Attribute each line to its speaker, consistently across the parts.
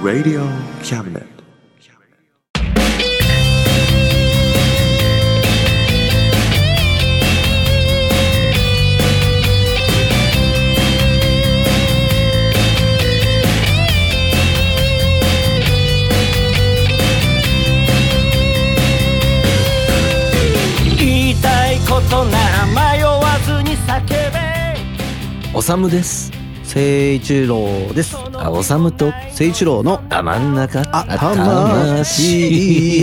Speaker 1: Radio Cabinet.
Speaker 2: 言いたいことなら迷わずに叫べ
Speaker 3: おさむです。
Speaker 4: 聖一郎です。
Speaker 3: あ、おさむと、
Speaker 4: 聖一郎の
Speaker 3: たまんなかった
Speaker 4: 魂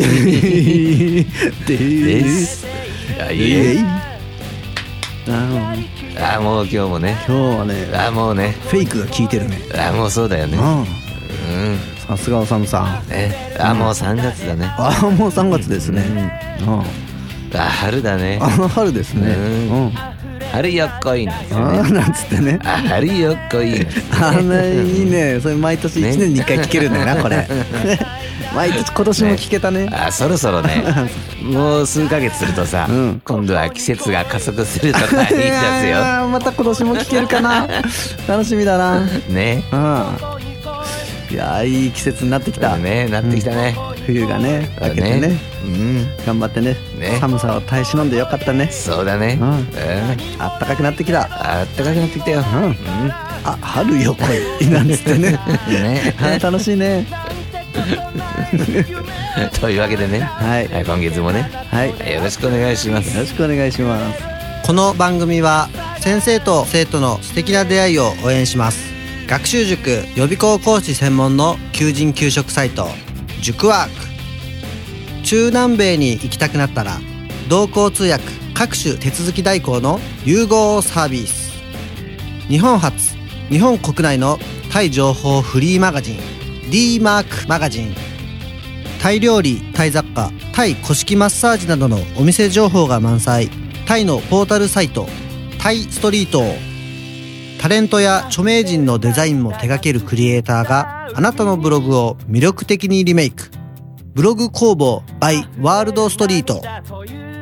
Speaker 3: で
Speaker 4: です。
Speaker 3: す。いや、いい。
Speaker 4: あー
Speaker 3: あ、もう今日もね。
Speaker 4: 今日はね、
Speaker 3: あ、もうね。
Speaker 4: フェイクが効いてるね。
Speaker 3: あ、もうそうだよね。
Speaker 4: う
Speaker 3: うん。
Speaker 4: ん、さすがおさむさん。
Speaker 3: ね。あ、もう3月だね。あ、
Speaker 4: ああ、もう3月ですね。うん、
Speaker 3: 春だね。
Speaker 4: あの春ですね。
Speaker 3: う
Speaker 4: うん、
Speaker 3: 春よっこいな。
Speaker 4: ああ、なんつってね。
Speaker 3: あ、春よっこいな。
Speaker 4: あんないいね、それ毎年1年に1回聞けるんだよな、これ。毎年、今年も聞けたね。
Speaker 3: あそろそ ろねもう数ヶ月するとさ、
Speaker 4: うん
Speaker 3: 今度は季節が加速するとか言い
Speaker 4: い
Speaker 3: 出すよ
Speaker 4: やーまた今年も聞けるかな楽しみだなうん
Speaker 3: ね
Speaker 4: いやーいい季節になってきた、
Speaker 3: ねなってきたね、
Speaker 4: 冬がね明けてね
Speaker 3: うん
Speaker 4: 頑張ってね
Speaker 3: ね
Speaker 4: 寒さを耐え忍んでよかったね
Speaker 3: そうだね、う
Speaker 4: うんんあったかくなってきた
Speaker 3: あったかくなってきたよ、
Speaker 4: うんあ春よ来いなんつってね
Speaker 3: ね
Speaker 4: あー楽しいね
Speaker 3: というわけでね、
Speaker 4: はい
Speaker 3: はい今月もね
Speaker 4: はいよ
Speaker 3: よろしくお願いします
Speaker 4: ろしくお願いします
Speaker 5: この番組は先生と生徒の素敵な出会いを応援します学習塾予備校講師専門の求人・給食サイト塾ワーク中南米に行きたくなったら同行通訳各種手続き代行の融合サービス日本初日本国内のタイ情報フリーマガジン d マークマガジンタイ料理タイ雑貨タイ古式マッサージなどのお店情報が満載タイのポータルサイトタイストリートタレントや著名人のデザインも手掛けるクリエイターがあなたのブログを魅力的にリメイクブログ工房 by ワールドストリート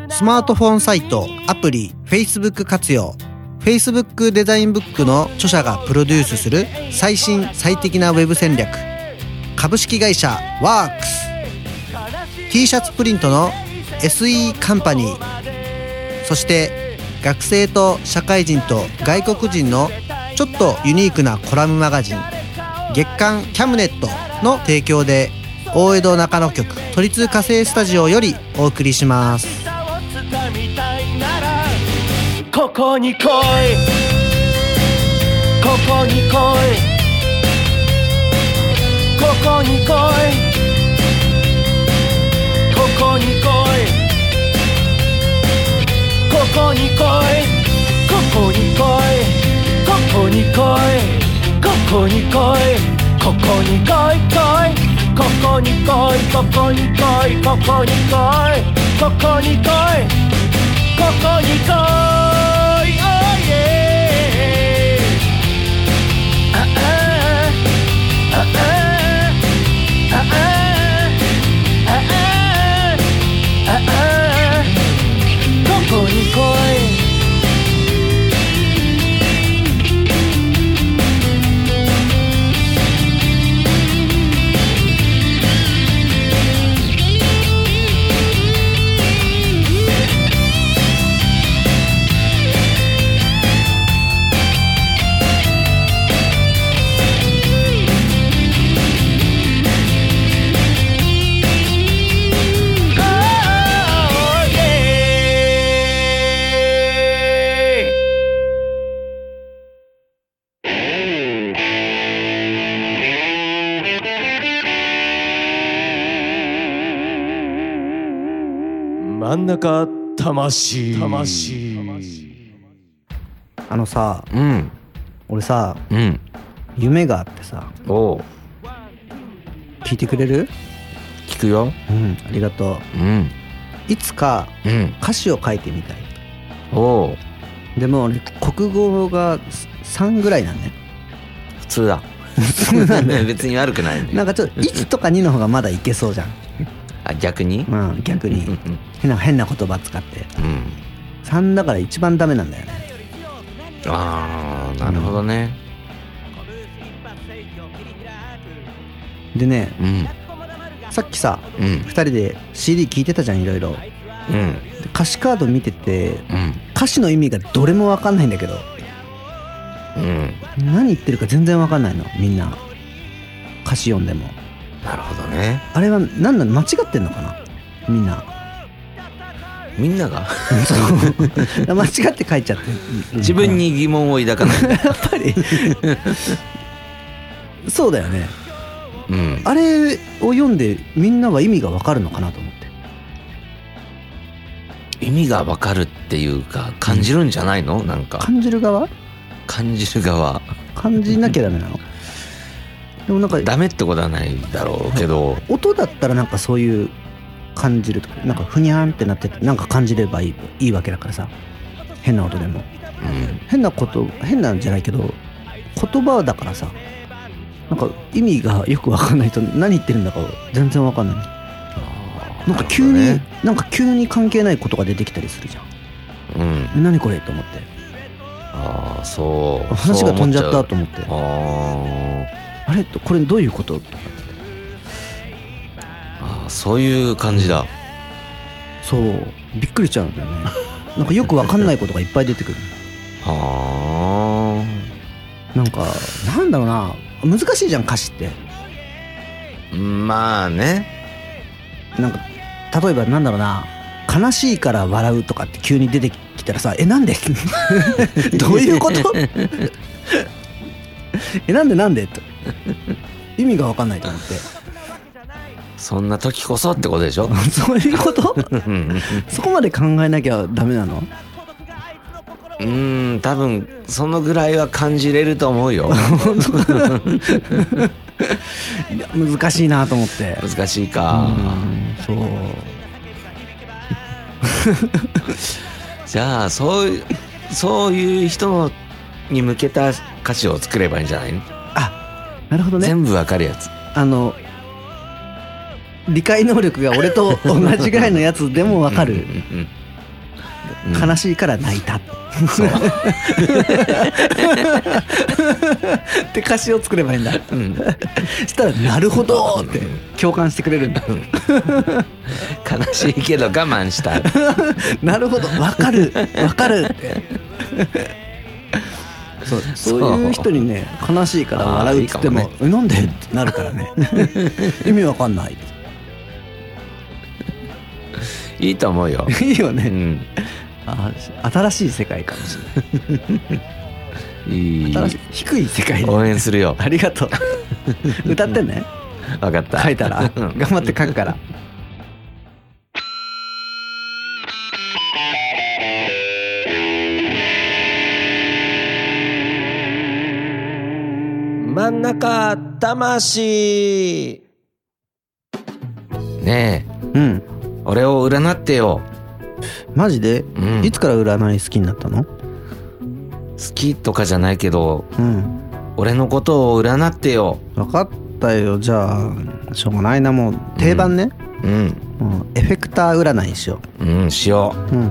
Speaker 5: スマートフォンサイトアプリ Facebook 活用 Facebook デザインブックの著者がプロデュースする最新最適なウェブ戦略株式会社ワークス t シャツプリントの SE カンパニーそして学生と社会人と外国人のちょっとユニークなコラムマガジン月刊キャムネットの提供で大江戸中野局都立火星スタジオよりお送りします
Speaker 2: 下を掴みたいならここに来いここに来いここに来いここに来いここに来いここに来いここに来いここに来いここに来い来いここに来いここに来いここに来いここに来いここに来い Oh yeah ああああああああああここに来いおーイエーイ
Speaker 6: 真ん中魂魂
Speaker 4: あのさ
Speaker 3: うん
Speaker 4: 俺さ
Speaker 3: うん
Speaker 4: 夢があってさ
Speaker 3: おう
Speaker 4: 聞いてくれる
Speaker 3: 聞くよ
Speaker 4: うんありがと
Speaker 3: うん
Speaker 4: ういつか
Speaker 3: うん
Speaker 4: 歌詞を書いてみたい
Speaker 3: おう
Speaker 4: でも俺国語が3ぐらいなんね
Speaker 3: 普通だ 別に悪くない
Speaker 4: な
Speaker 3: ね
Speaker 4: んかちょっと1とか2の方がまだいけそうじゃん
Speaker 3: あ逆に
Speaker 4: まあ逆
Speaker 3: う
Speaker 4: に
Speaker 3: ん
Speaker 4: 変な変な言葉使って
Speaker 3: うん
Speaker 4: 3だから一番ダメなんだよね
Speaker 3: ああなるほどね
Speaker 4: でね
Speaker 3: うん
Speaker 4: さっきさ
Speaker 3: うん
Speaker 4: 2人で CD 聴いてたじゃんいろいろで
Speaker 3: うん
Speaker 4: 歌詞カード見てて
Speaker 3: うん
Speaker 4: 歌詞の意味がどれも分かんないんだけど
Speaker 3: うん
Speaker 4: 何言ってるか全然分かんないのみんな歌詞読んでも
Speaker 3: なるほどね
Speaker 4: あれは何なの間違ってんのかなみんな
Speaker 3: みんなが
Speaker 4: 間違って書いちゃって
Speaker 3: 自分に疑問を抱かない んだ
Speaker 4: やっぱりそうだよね
Speaker 3: うん
Speaker 4: あれを読んでみんなは意味が分かるのかなと思って
Speaker 3: 意味がわかるっていうか感じるんじゃないのなんか
Speaker 4: 感じる側
Speaker 3: 感じる側
Speaker 4: 感じなきゃダメ なのでもなんか
Speaker 3: ダメってことはないだろうけど
Speaker 4: 音だったらなんかそういう感じるとかなんかふにゃんってなっててなんか感じればいいいいわけだからさ変な音でも
Speaker 3: うん
Speaker 4: 変なこと変なんじゃないけど言葉だからさなんか意味がよく分かんないと何言ってるんだか全然分かんないなんか急に
Speaker 3: な
Speaker 4: な,、
Speaker 3: る
Speaker 4: んか急に関係ないことが出てきたりするじゃん
Speaker 3: うん
Speaker 4: え何これと思って
Speaker 3: ああそう
Speaker 4: 話が飛んじゃった
Speaker 3: そう
Speaker 4: と思って
Speaker 3: 思っちゃう
Speaker 4: あれこれどういうこととか
Speaker 3: あーあーそういう感じだ
Speaker 4: そうびっくりしちゃうんだよねなんかよく分かんないことがいっぱい出てくる
Speaker 3: あ
Speaker 4: なんかなんだろうな難しいじゃん歌詞って
Speaker 3: あまあね
Speaker 4: なんか例えばなんだろうな悲しいから笑うとかって急に出てきたらさえなんでどういうことえなんでなんでと意味が分かんないと思って
Speaker 3: そんな時こそってことで しょ
Speaker 4: そういうこと
Speaker 3: うん
Speaker 4: そこまで考えなきゃダメなの
Speaker 3: うん多分そのぐらいは感じれると思 うよ
Speaker 4: いや難しいなと思って
Speaker 3: 難しいか
Speaker 4: そう
Speaker 3: じゃあそういうそういう人のに向けた歌詞を作ればいいんじゃないの、
Speaker 4: なるほどね
Speaker 3: 全部わかるやつ
Speaker 4: あの理解能力が俺と同じぐらいのやつでも分かる
Speaker 3: うん
Speaker 4: 悲しいから泣いたって歌詞を作ればいいんだ
Speaker 3: うんうん
Speaker 4: したら「なるほど!」って共感してくれるんだ
Speaker 3: 悲しいけど我 慢した
Speaker 4: 「なるほどわかるわかる!」ってそうそういう人にね悲しいから笑うっつっても「
Speaker 3: あーいい
Speaker 4: えなんで?」ってなるから ね意味わかんない
Speaker 3: いいと思うよ、
Speaker 4: いいよ
Speaker 3: う
Speaker 4: ね
Speaker 3: ん、
Speaker 4: あー新しい世界かもしれない
Speaker 3: いい
Speaker 4: 新しい低い世界
Speaker 3: 応
Speaker 4: で
Speaker 3: 援するよ
Speaker 4: ありがとう歌ってね
Speaker 3: 分かった
Speaker 4: 書いた ら頑張って書くから
Speaker 6: 真ん中魂
Speaker 3: ね
Speaker 4: うん
Speaker 3: え俺を占ってよ、
Speaker 4: マジで
Speaker 3: うん、
Speaker 4: いつから占い好きになったの
Speaker 3: 好きとかじゃないけど
Speaker 4: うん
Speaker 3: 俺のことを占ってよ
Speaker 4: 分かったよじゃあしょうがないなもう定番ね、
Speaker 3: うん
Speaker 4: もうエフェクター占いにしよ
Speaker 3: うんしよ
Speaker 4: う、うん、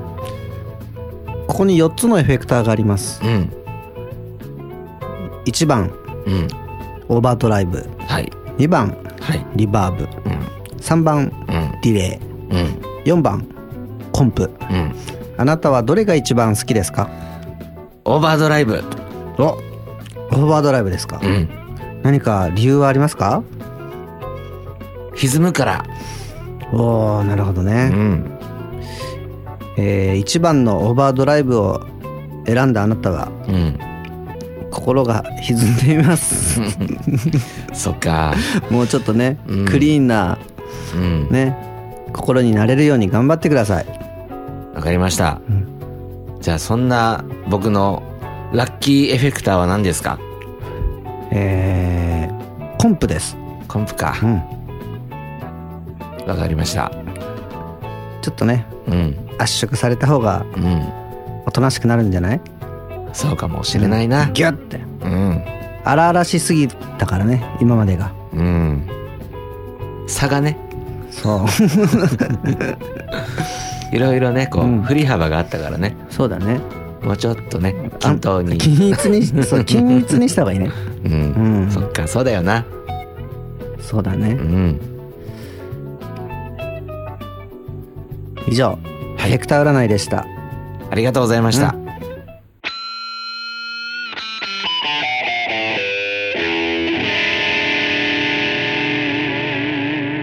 Speaker 4: ここに4つのエフェクターがあります
Speaker 3: ううん
Speaker 4: 1番
Speaker 3: うん
Speaker 4: オーバードライブ
Speaker 3: はい
Speaker 4: 2番
Speaker 3: はい
Speaker 4: リバーブ
Speaker 3: うん
Speaker 4: 3番ディレ
Speaker 3: うんうん
Speaker 4: イ4番コンプ
Speaker 3: うん
Speaker 4: あなたはどれが一番好きですか
Speaker 3: オーバードライブ
Speaker 4: おオーバードライブですか、
Speaker 3: うん
Speaker 4: 何か理由はありますか
Speaker 3: 歪むから
Speaker 4: おーなるほど
Speaker 3: う
Speaker 4: ね、
Speaker 3: ん
Speaker 4: えー、1番のオーバードライブを選んだあなたは
Speaker 3: うん
Speaker 4: 心が歪んでいます
Speaker 3: そっか
Speaker 4: もうちょっとね、
Speaker 3: うん
Speaker 4: クリーンな
Speaker 3: うん
Speaker 4: ね心になれるように頑張ってください
Speaker 3: わかりました
Speaker 4: ん
Speaker 3: じゃあそんな僕のラッキーエフェクターは何ですか
Speaker 4: えー、コンプです、
Speaker 3: コンプか
Speaker 4: うん、
Speaker 3: わかりました
Speaker 4: ちょっとね
Speaker 3: うん
Speaker 4: 圧縮された方が
Speaker 3: うん
Speaker 4: おとなしくなるんじゃない
Speaker 3: そうかもしれないな
Speaker 4: ギュッて
Speaker 3: うん
Speaker 4: 荒々しすぎたからね今までが
Speaker 3: うん差がね
Speaker 4: そう
Speaker 3: いろいろねこう、
Speaker 4: うん
Speaker 3: 振り幅があったからね
Speaker 4: そうだね
Speaker 3: もうちょっとね均等に
Speaker 4: 均一にそう均一にした方がいいね
Speaker 3: うん、
Speaker 4: うん
Speaker 3: そっかそうだよな
Speaker 4: そうだ
Speaker 3: う
Speaker 4: ね。
Speaker 3: ん。
Speaker 4: 以上、
Speaker 3: はい
Speaker 4: ヘクター占いでした。
Speaker 3: ありがとうございました。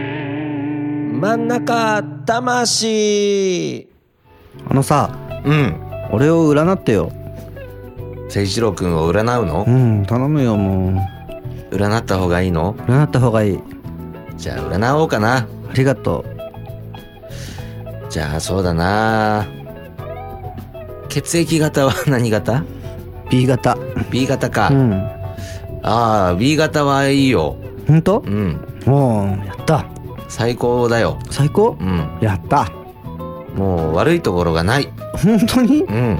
Speaker 6: 真ん中魂
Speaker 4: あのさ、
Speaker 3: うん。
Speaker 4: 俺を占ってよ。
Speaker 3: 誠一郎くんを占うの
Speaker 4: うん、頼むよ、も
Speaker 3: 占った方がいいの
Speaker 4: う。占った方がいい。
Speaker 3: じゃあ占おうかな。
Speaker 4: ありがと
Speaker 3: じゃあそうだな。血液型は何型
Speaker 4: う。B 型。
Speaker 3: ?B 型か。
Speaker 4: うん。
Speaker 3: ああ、B 型はいいよ。
Speaker 4: ほんと
Speaker 3: うん。
Speaker 4: おー、やった。
Speaker 3: 最高だよ。
Speaker 4: 最高
Speaker 3: うん。
Speaker 4: やった。
Speaker 3: もう悪いところがない。
Speaker 4: 本当に
Speaker 3: うん。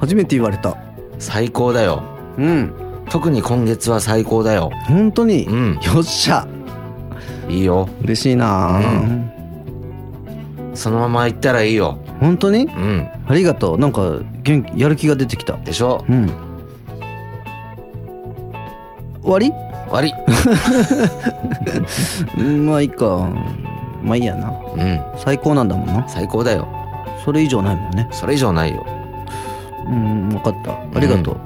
Speaker 4: 初めて言われた。
Speaker 3: 最高だよ。
Speaker 4: うん。
Speaker 3: 特に今月は最高だよ。
Speaker 4: 本当に、
Speaker 3: うん。
Speaker 4: よっしゃ。
Speaker 3: いいよ。
Speaker 4: 嬉しいな
Speaker 3: う
Speaker 4: ぁ、
Speaker 3: そのまま行ったらいいよ。
Speaker 4: 本当に
Speaker 3: うん。
Speaker 4: ありがとう。なんか、元気、やる気が出てきた。
Speaker 3: でしょ
Speaker 4: うん。終わり
Speaker 3: 終わり。
Speaker 4: うんまあいいかまあいいやな
Speaker 3: うん。
Speaker 4: 最高なんだもんな
Speaker 3: 最高だよ。
Speaker 4: それ以上ないもんね
Speaker 3: それ以上ないよ。
Speaker 4: うん分かったありがとう、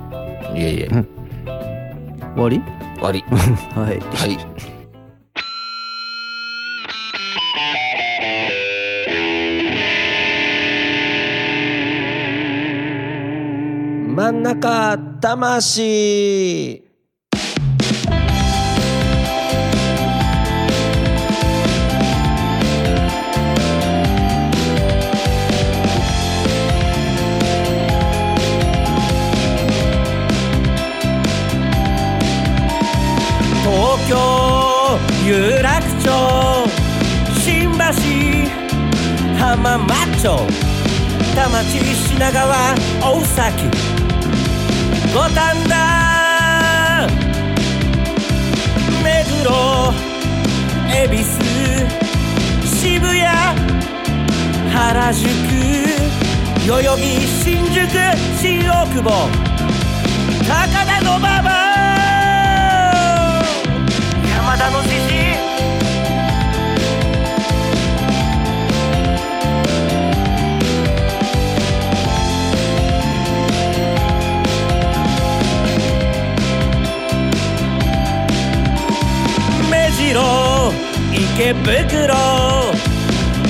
Speaker 3: いえいえ。
Speaker 4: 終わり
Speaker 3: 終わり。
Speaker 4: はい
Speaker 3: はい。
Speaker 6: 真ん中魂
Speaker 2: 東京有楽町新橋浜松町田町品川大崎五反田目黒恵比寿渋谷原宿代々木新宿新大久保高田の馬場山田の獅子目白池袋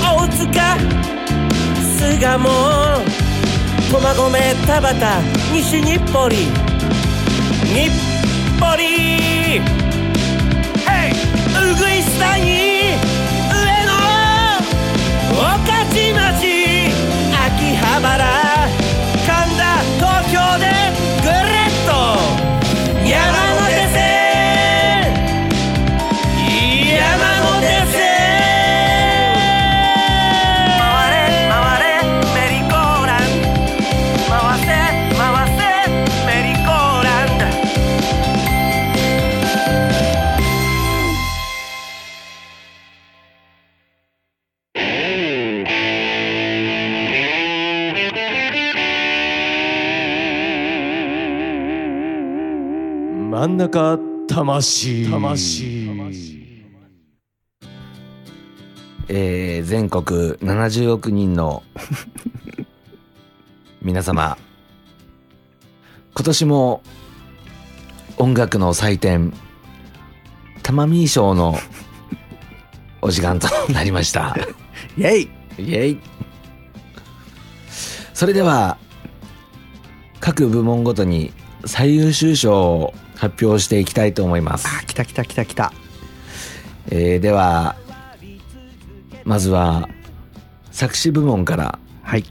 Speaker 2: 大塚巣鴨駒込田端西日暮里日暮里ヘイうぐいす谷上野御徒町秋葉原神田東京でぐるっと山手線山手線回れ回れメリーゴーランド回せ回せメリーゴーランド
Speaker 6: 真ん中魂魂
Speaker 3: えー、全国70億人の皆様、今年も音楽の祭典、たまみー賞のお時間となりました。
Speaker 4: イェイ
Speaker 3: イエイそれでは各部門ごとに最優秀賞を発表していきたいと思います、
Speaker 4: あ来た来た来た来た
Speaker 3: えーではまずは作詞部門から
Speaker 4: はい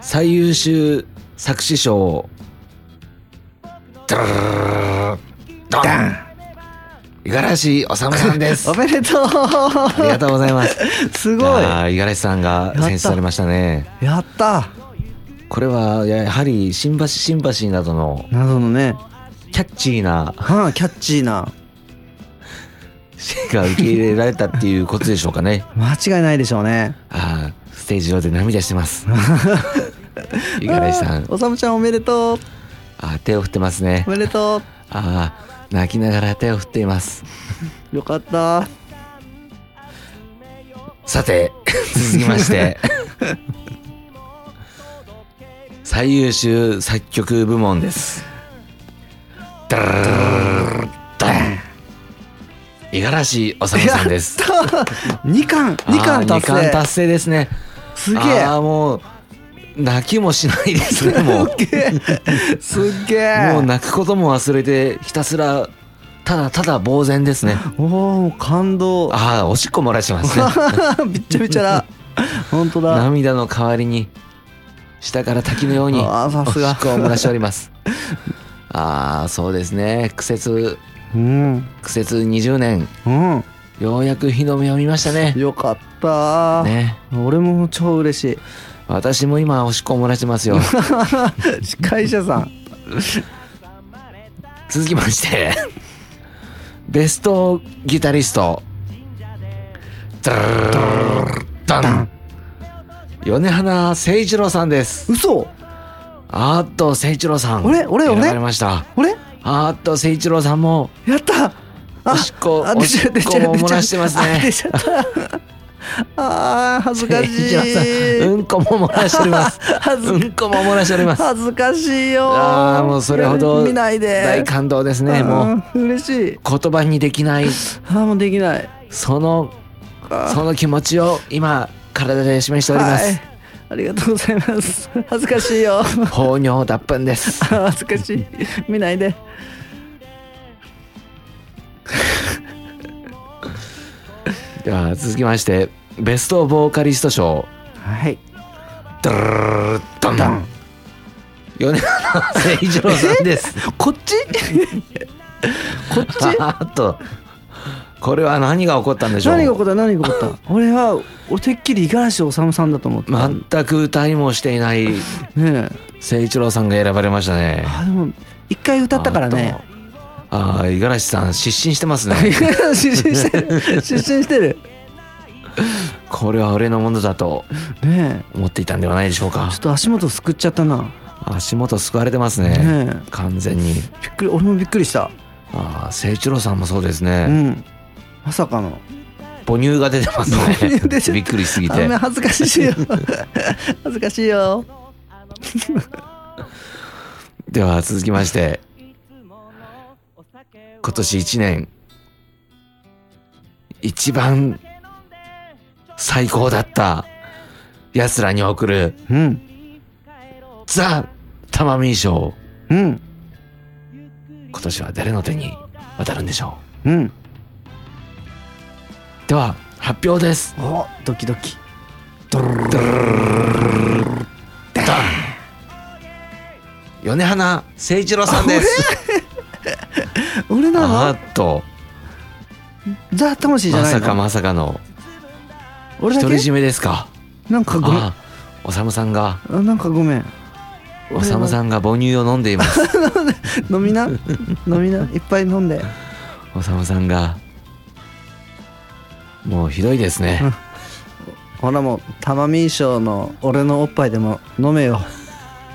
Speaker 3: 最優秀作詞賞をダラララララ
Speaker 4: ダ
Speaker 3: ドン
Speaker 4: ン
Speaker 3: 五十嵐治さんです
Speaker 4: お
Speaker 3: あ
Speaker 4: めでと
Speaker 3: り
Speaker 4: う
Speaker 3: がとうございます
Speaker 4: す
Speaker 3: い
Speaker 4: ごい
Speaker 3: やー五十嵐さんが選出されましたね
Speaker 4: やった
Speaker 3: これはやはり新橋シンパシーなどの
Speaker 4: なるほどね
Speaker 3: キャッチーな
Speaker 4: はあキャッチーな
Speaker 3: シーンが受け入れられたっていうことでしょうかね
Speaker 4: 間違いないでしょうね
Speaker 3: ああステージ上で涙してます五十嵐さん
Speaker 4: あーおさむちゃんおめでとう
Speaker 3: ああ手を振ってますね
Speaker 4: おめでとう
Speaker 3: ああ泣きながら手を振っています
Speaker 4: よか った
Speaker 3: さて続きまして最優秀作曲部門ですダララララダン五十嵐治さんです
Speaker 4: 2巻2
Speaker 3: あー
Speaker 4: 巻達
Speaker 3: 二冠
Speaker 4: 成
Speaker 3: 達成ですね
Speaker 4: すげ
Speaker 3: あ
Speaker 4: え
Speaker 3: ーもう泣きもしないですねもう
Speaker 4: すっげえ
Speaker 3: もう泣くことも忘れてひたすらただただ呆然ですね
Speaker 4: おお感動
Speaker 3: ああおしっこ漏らしますね
Speaker 4: びっちゃびちゃ だ本当だ
Speaker 3: 涙の代わりに下から滝のように
Speaker 4: あーさすが
Speaker 3: おしっこを漏らしておりますああそうですね苦節
Speaker 4: うん
Speaker 3: 苦節20年
Speaker 4: うん
Speaker 3: ようやく日の目を見ましたね
Speaker 4: よかった、
Speaker 3: ね
Speaker 4: 俺も超嬉し
Speaker 3: 私も今おしっこ漏らしてますよ
Speaker 4: い司会者さん
Speaker 3: 続きましてベストギタリストダンダン米花誠一郎さんです
Speaker 4: 嘘
Speaker 3: あーっと誠一郎さん
Speaker 4: 俺俺俺
Speaker 3: 選ばれました
Speaker 4: 俺
Speaker 3: あーっと誠一郎さんも
Speaker 4: やったあ
Speaker 3: おしっこ
Speaker 4: あ
Speaker 3: お
Speaker 4: 出ち
Speaker 3: し
Speaker 4: ゃ
Speaker 3: っ
Speaker 4: う出ち
Speaker 3: こ
Speaker 4: ゃ
Speaker 3: も
Speaker 4: う出
Speaker 3: 漏
Speaker 4: ちゃう
Speaker 3: らしてます
Speaker 4: あ出
Speaker 3: ね
Speaker 4: ちゃったあー恥ずかし
Speaker 3: 誠一郎さん
Speaker 4: い
Speaker 3: うんこも漏らしております
Speaker 4: 恥ず
Speaker 3: うんこも漏らしております
Speaker 4: 恥ずかしいよ
Speaker 3: ああもうそれほど
Speaker 4: 見ないで
Speaker 3: 大感動ですねもう
Speaker 4: うん嬉しい
Speaker 3: 言葉にできない
Speaker 4: あーもうできない
Speaker 3: その
Speaker 4: あー
Speaker 3: その気持ちを今体で示しておりま
Speaker 4: はい
Speaker 3: す、
Speaker 4: ありがとうございます恥ずかしいよ
Speaker 3: 放尿脱糞です
Speaker 4: 恥ずかしい見ないで
Speaker 3: では続きましてベストボーカリスト賞
Speaker 4: はい
Speaker 3: ドゥルルルドン米原誠一郎さんです
Speaker 4: こっちこっち
Speaker 3: あーっとこれは何が起こったんでしょ
Speaker 4: 何が起
Speaker 3: う
Speaker 4: こった何が起こった 俺は俺てっきり五十嵐治さんだと思ってた、ね
Speaker 3: 全く歌いもしていない
Speaker 4: え
Speaker 3: 誠一郎さんが選ばれましたね
Speaker 4: あでも一回歌ったからね
Speaker 3: あー五十嵐さん失神してますね
Speaker 4: 失神して る失神してる
Speaker 3: これは俺のものだと
Speaker 4: ね
Speaker 3: 思っていたんではないでしょう
Speaker 4: え
Speaker 3: か
Speaker 4: ちょっと足元すくっちゃったな、
Speaker 3: 足元救われてますね
Speaker 4: ね
Speaker 3: 完全に
Speaker 4: えびっくり俺もびっくりした、
Speaker 3: ああ誠一郎さんもそうです
Speaker 4: う
Speaker 3: ね
Speaker 4: んまさかの
Speaker 3: 母乳が出てます
Speaker 4: 母乳出ちゃった
Speaker 3: ねびっくりしすぎ
Speaker 4: あん
Speaker 3: て
Speaker 4: な恥ずかし いよ恥ずかしいよ
Speaker 3: では続きまして今年1年一番最高だった奴らに贈る
Speaker 4: うん
Speaker 3: ザ・タマミー賞
Speaker 4: うん
Speaker 3: 今年は誰の手に渡るんでしょ
Speaker 4: うん
Speaker 3: うでは発表です
Speaker 4: おドキドキ
Speaker 3: 米花誠一郎さんです
Speaker 4: 俺な
Speaker 3: あ
Speaker 4: の
Speaker 3: ーっと
Speaker 4: ザ・魂じゃ
Speaker 3: ま
Speaker 4: ないの
Speaker 3: さかまさかの
Speaker 4: 俺だ
Speaker 3: 独
Speaker 4: け
Speaker 3: り占めですか
Speaker 4: なんかごめん
Speaker 3: ああおさむさんが
Speaker 4: あなんかごめん
Speaker 3: おさむさんが母乳を飲んでいます
Speaker 4: 飲 みな飲みないっぱい飲んで
Speaker 3: おさむさんがもうひどいですね
Speaker 4: ほらもうタマミー賞の俺のおっぱいでも飲めよ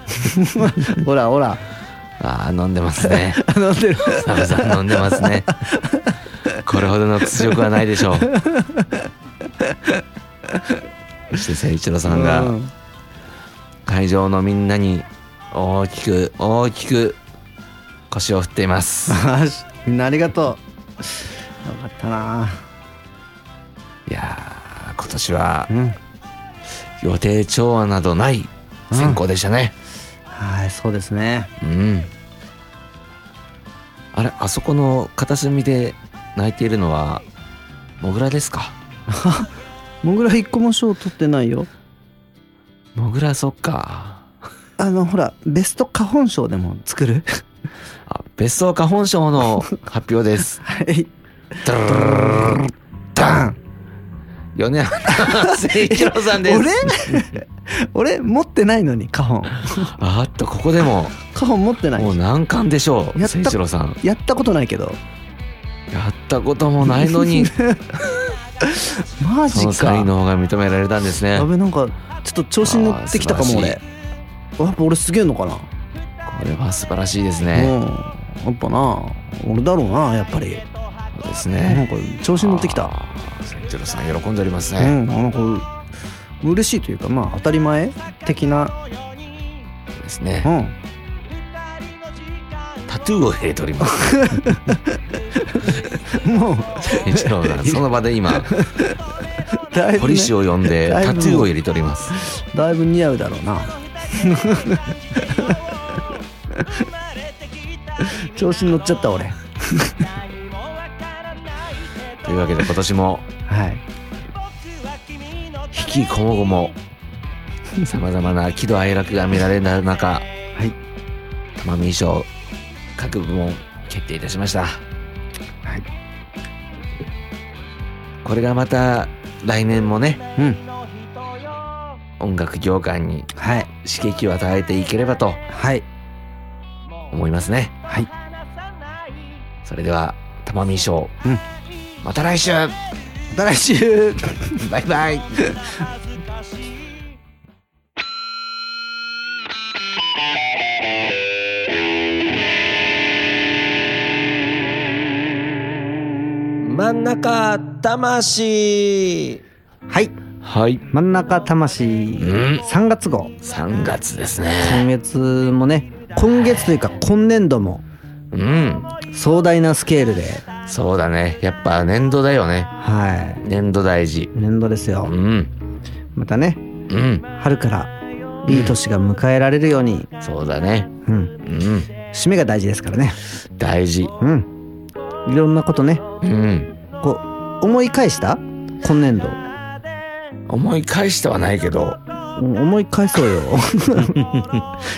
Speaker 4: ほらほら
Speaker 3: ああ飲んでますね
Speaker 4: 飲んでる
Speaker 3: おさむさん飲んでますねこれほどの屈辱はないでしょうそして誠一郎さん
Speaker 4: う
Speaker 3: が
Speaker 4: ん
Speaker 3: 会場のみんなに大きく大きく腰を振っています
Speaker 4: よしみんなありがとうよかったない
Speaker 3: やー今年は
Speaker 4: うん
Speaker 3: 予定調和などない選考でしたね
Speaker 4: はいそうですね
Speaker 3: うんあれあそこの片隅で泣いているのはモグラですか
Speaker 4: モグラ一個も賞取ってないよ
Speaker 3: モグラそっか
Speaker 4: あのほらベスト花本賞でも作 る
Speaker 3: あベスト花本賞の発表です
Speaker 4: はい
Speaker 3: ドゥルルルルルルダン米原誠一郎さんです
Speaker 4: 俺 俺持ってないのに花本
Speaker 3: あっとここでも
Speaker 4: 花本持ってない
Speaker 3: もう難関でしょう
Speaker 4: やった
Speaker 3: 誠一郎さん
Speaker 4: やったことないけど
Speaker 3: やったこともないの に
Speaker 4: マジ
Speaker 3: その才
Speaker 4: か
Speaker 3: 能が認められたんですね
Speaker 4: やべなんかちょっと調子に乗ってきたかも
Speaker 3: あー
Speaker 4: 俺やっぱ俺すげえのかな
Speaker 3: これは素晴らしいです
Speaker 4: う
Speaker 3: ね
Speaker 4: んやっぱな俺だろうなやっぱり
Speaker 3: そうです
Speaker 4: なん
Speaker 3: ね。
Speaker 4: か調子に乗ってきた
Speaker 3: あー。センチロさん喜んでおります
Speaker 4: う
Speaker 3: ね。
Speaker 4: んなんか嬉しいというかまあ当たり前的な
Speaker 3: ですね
Speaker 4: う。ん
Speaker 3: タトゥーを入れております。
Speaker 4: もう
Speaker 3: センチロ さん、その場で今、
Speaker 4: だいぶ、
Speaker 3: ポリシ
Speaker 4: ね、
Speaker 3: を呼んで、
Speaker 4: だいぶ
Speaker 3: タトゥーを入れております。
Speaker 4: だいぶ似合うだろうな 調子に乗っちゃった俺
Speaker 3: というわけで、今年も、
Speaker 4: はい
Speaker 3: 引きこもごも、さまざまな喜怒哀楽が見られる中、はい。玉美賞、各部門、決定いたしました。
Speaker 4: はい
Speaker 3: これがまた、来年もね、
Speaker 4: うん
Speaker 3: 音楽業界に
Speaker 4: はい
Speaker 3: 刺激を与えていければと
Speaker 4: はい
Speaker 3: 思いますね。
Speaker 4: はい
Speaker 3: それでは、玉美賞、
Speaker 4: うん
Speaker 3: また来週
Speaker 4: また来週
Speaker 3: バイバイ
Speaker 6: 真ん中魂
Speaker 4: はい
Speaker 3: はい。
Speaker 4: 真ん中魂
Speaker 3: ん
Speaker 4: 3月号
Speaker 3: 3月ですね。
Speaker 4: 今月もね今月というか今年度も
Speaker 3: うん。
Speaker 4: 壮大なスケールで
Speaker 3: そうだね。やっぱ年度だよね。
Speaker 4: はい
Speaker 3: 年度大事。
Speaker 4: 年度ですよ
Speaker 3: うん。
Speaker 4: またね
Speaker 3: うん。
Speaker 4: 春からいい年が迎えられるように、
Speaker 3: そうだね。
Speaker 4: うん、
Speaker 3: うん。
Speaker 4: 締めが大事ですからね
Speaker 3: 大事。
Speaker 4: うんいろんなことね
Speaker 3: うん。
Speaker 4: こう思い返した今年度
Speaker 3: 思い返してはないけど。
Speaker 4: うん思い返そう よ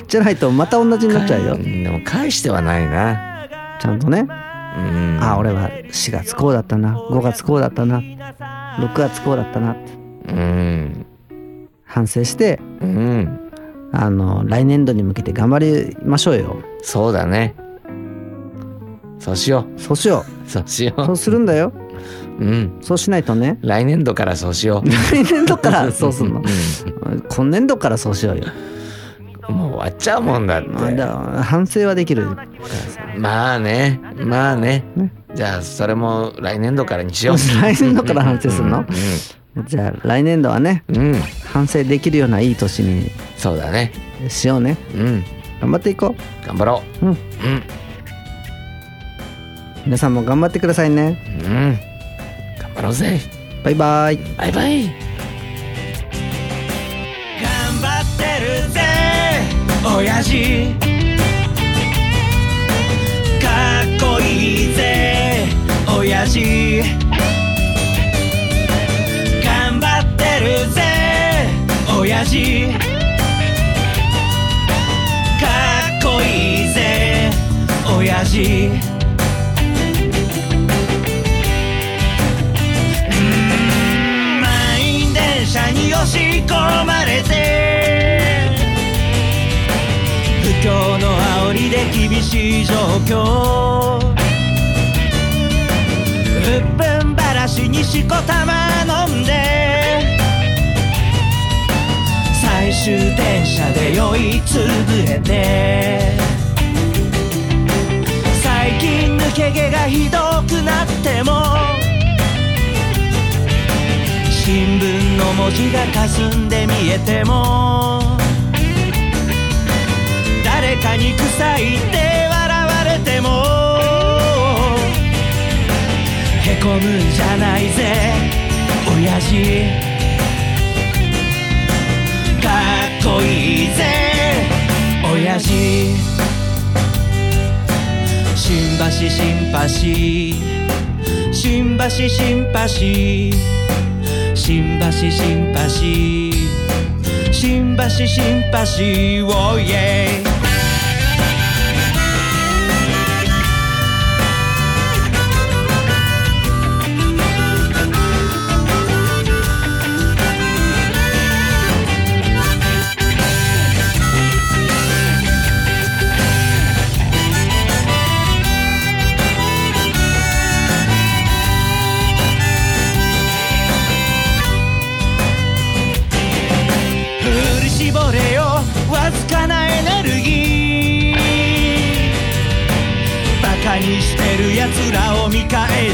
Speaker 4: じゃないとまた同じになっちゃうよ
Speaker 3: んでも返してはないな。
Speaker 4: ちゃんとね
Speaker 3: うん。
Speaker 4: あ俺は4月こうだったな5月こうだったな6月こうだったなって
Speaker 3: うん。
Speaker 4: 反省して
Speaker 3: うん。
Speaker 4: あの来年度に向けて頑張りましょうよ
Speaker 3: そうだね。そうしよ
Speaker 4: そうしよ
Speaker 3: う。そうしよ
Speaker 4: うそうするんだよ
Speaker 3: う。うん。
Speaker 4: そうしないと ね
Speaker 3: 来年度からそうしよ う。
Speaker 4: 来年度からそうすんの今年度からそうしようよ
Speaker 3: もう終わっちゃうもんだって。
Speaker 4: まあだから反省はできる
Speaker 3: まあね、まあね。
Speaker 4: ね
Speaker 3: じゃあ、それも来年度からにしよう。
Speaker 4: 来年度から反省するの
Speaker 3: う
Speaker 4: じゃあ来年度はね
Speaker 3: ん、うん、うん
Speaker 4: 反省できるようないい年に
Speaker 3: そうだね。
Speaker 4: しようね
Speaker 3: うん、
Speaker 4: 頑張っていこう
Speaker 3: 頑張ろう。
Speaker 4: うん
Speaker 3: うん、
Speaker 4: 皆さんも頑張ってくださいね
Speaker 3: うん、頑張ろうぜ。
Speaker 4: バイバイ
Speaker 3: バイバイ。
Speaker 2: 頑張ってるぜ親父かっこいいぜ親父頑張ってるぜ親父かっこいいぜ親父満員電車に押し込まれて不況の煽りで厳しい状況うっぷんばらしにしこたま飲んで最終電車で酔いつぶれて最近抜け毛がひどくなっても新聞の文字が霞んで見えても誰かに臭いって笑われてもへこむんじゃないぜ親父かっこいいぜ親父新橋新橋新橋新橋新橋新橋新橋新橋おいえ振り絞れよわずかなエネルギつらを見返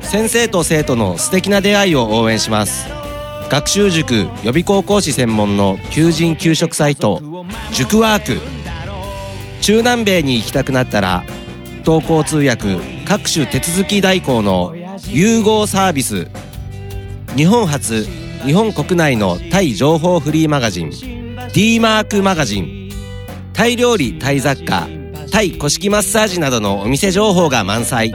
Speaker 6: 先生と生徒の素敵な出会いを応援します学習塾予備高校師専門の求人・求職サイト塾ワーク中南米に行きたくなったら同行通訳各種手続き代行の融合サービス日本初日本国内のタイ情報フリーマガジン d マークマガジンタイ料理タイ雑貨タイ古式マッサージなどのお店情報が満載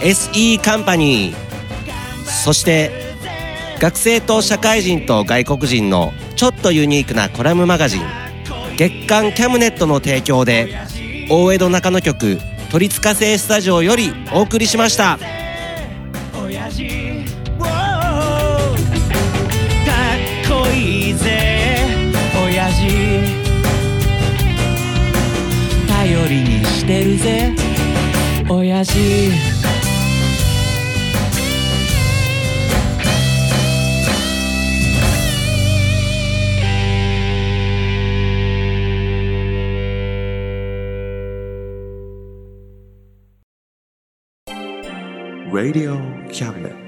Speaker 6: SE カンパニーそして学生と社会人と外国人のちょっとユニークなコラムマガジン月刊キャムネットの提供で大江戸中野局「鳥塚製スタジオ」よりお送りしました。
Speaker 2: 親父 Wow かっこいいぜ親父頼りにしてるぜ親父
Speaker 1: Radio Cabinet.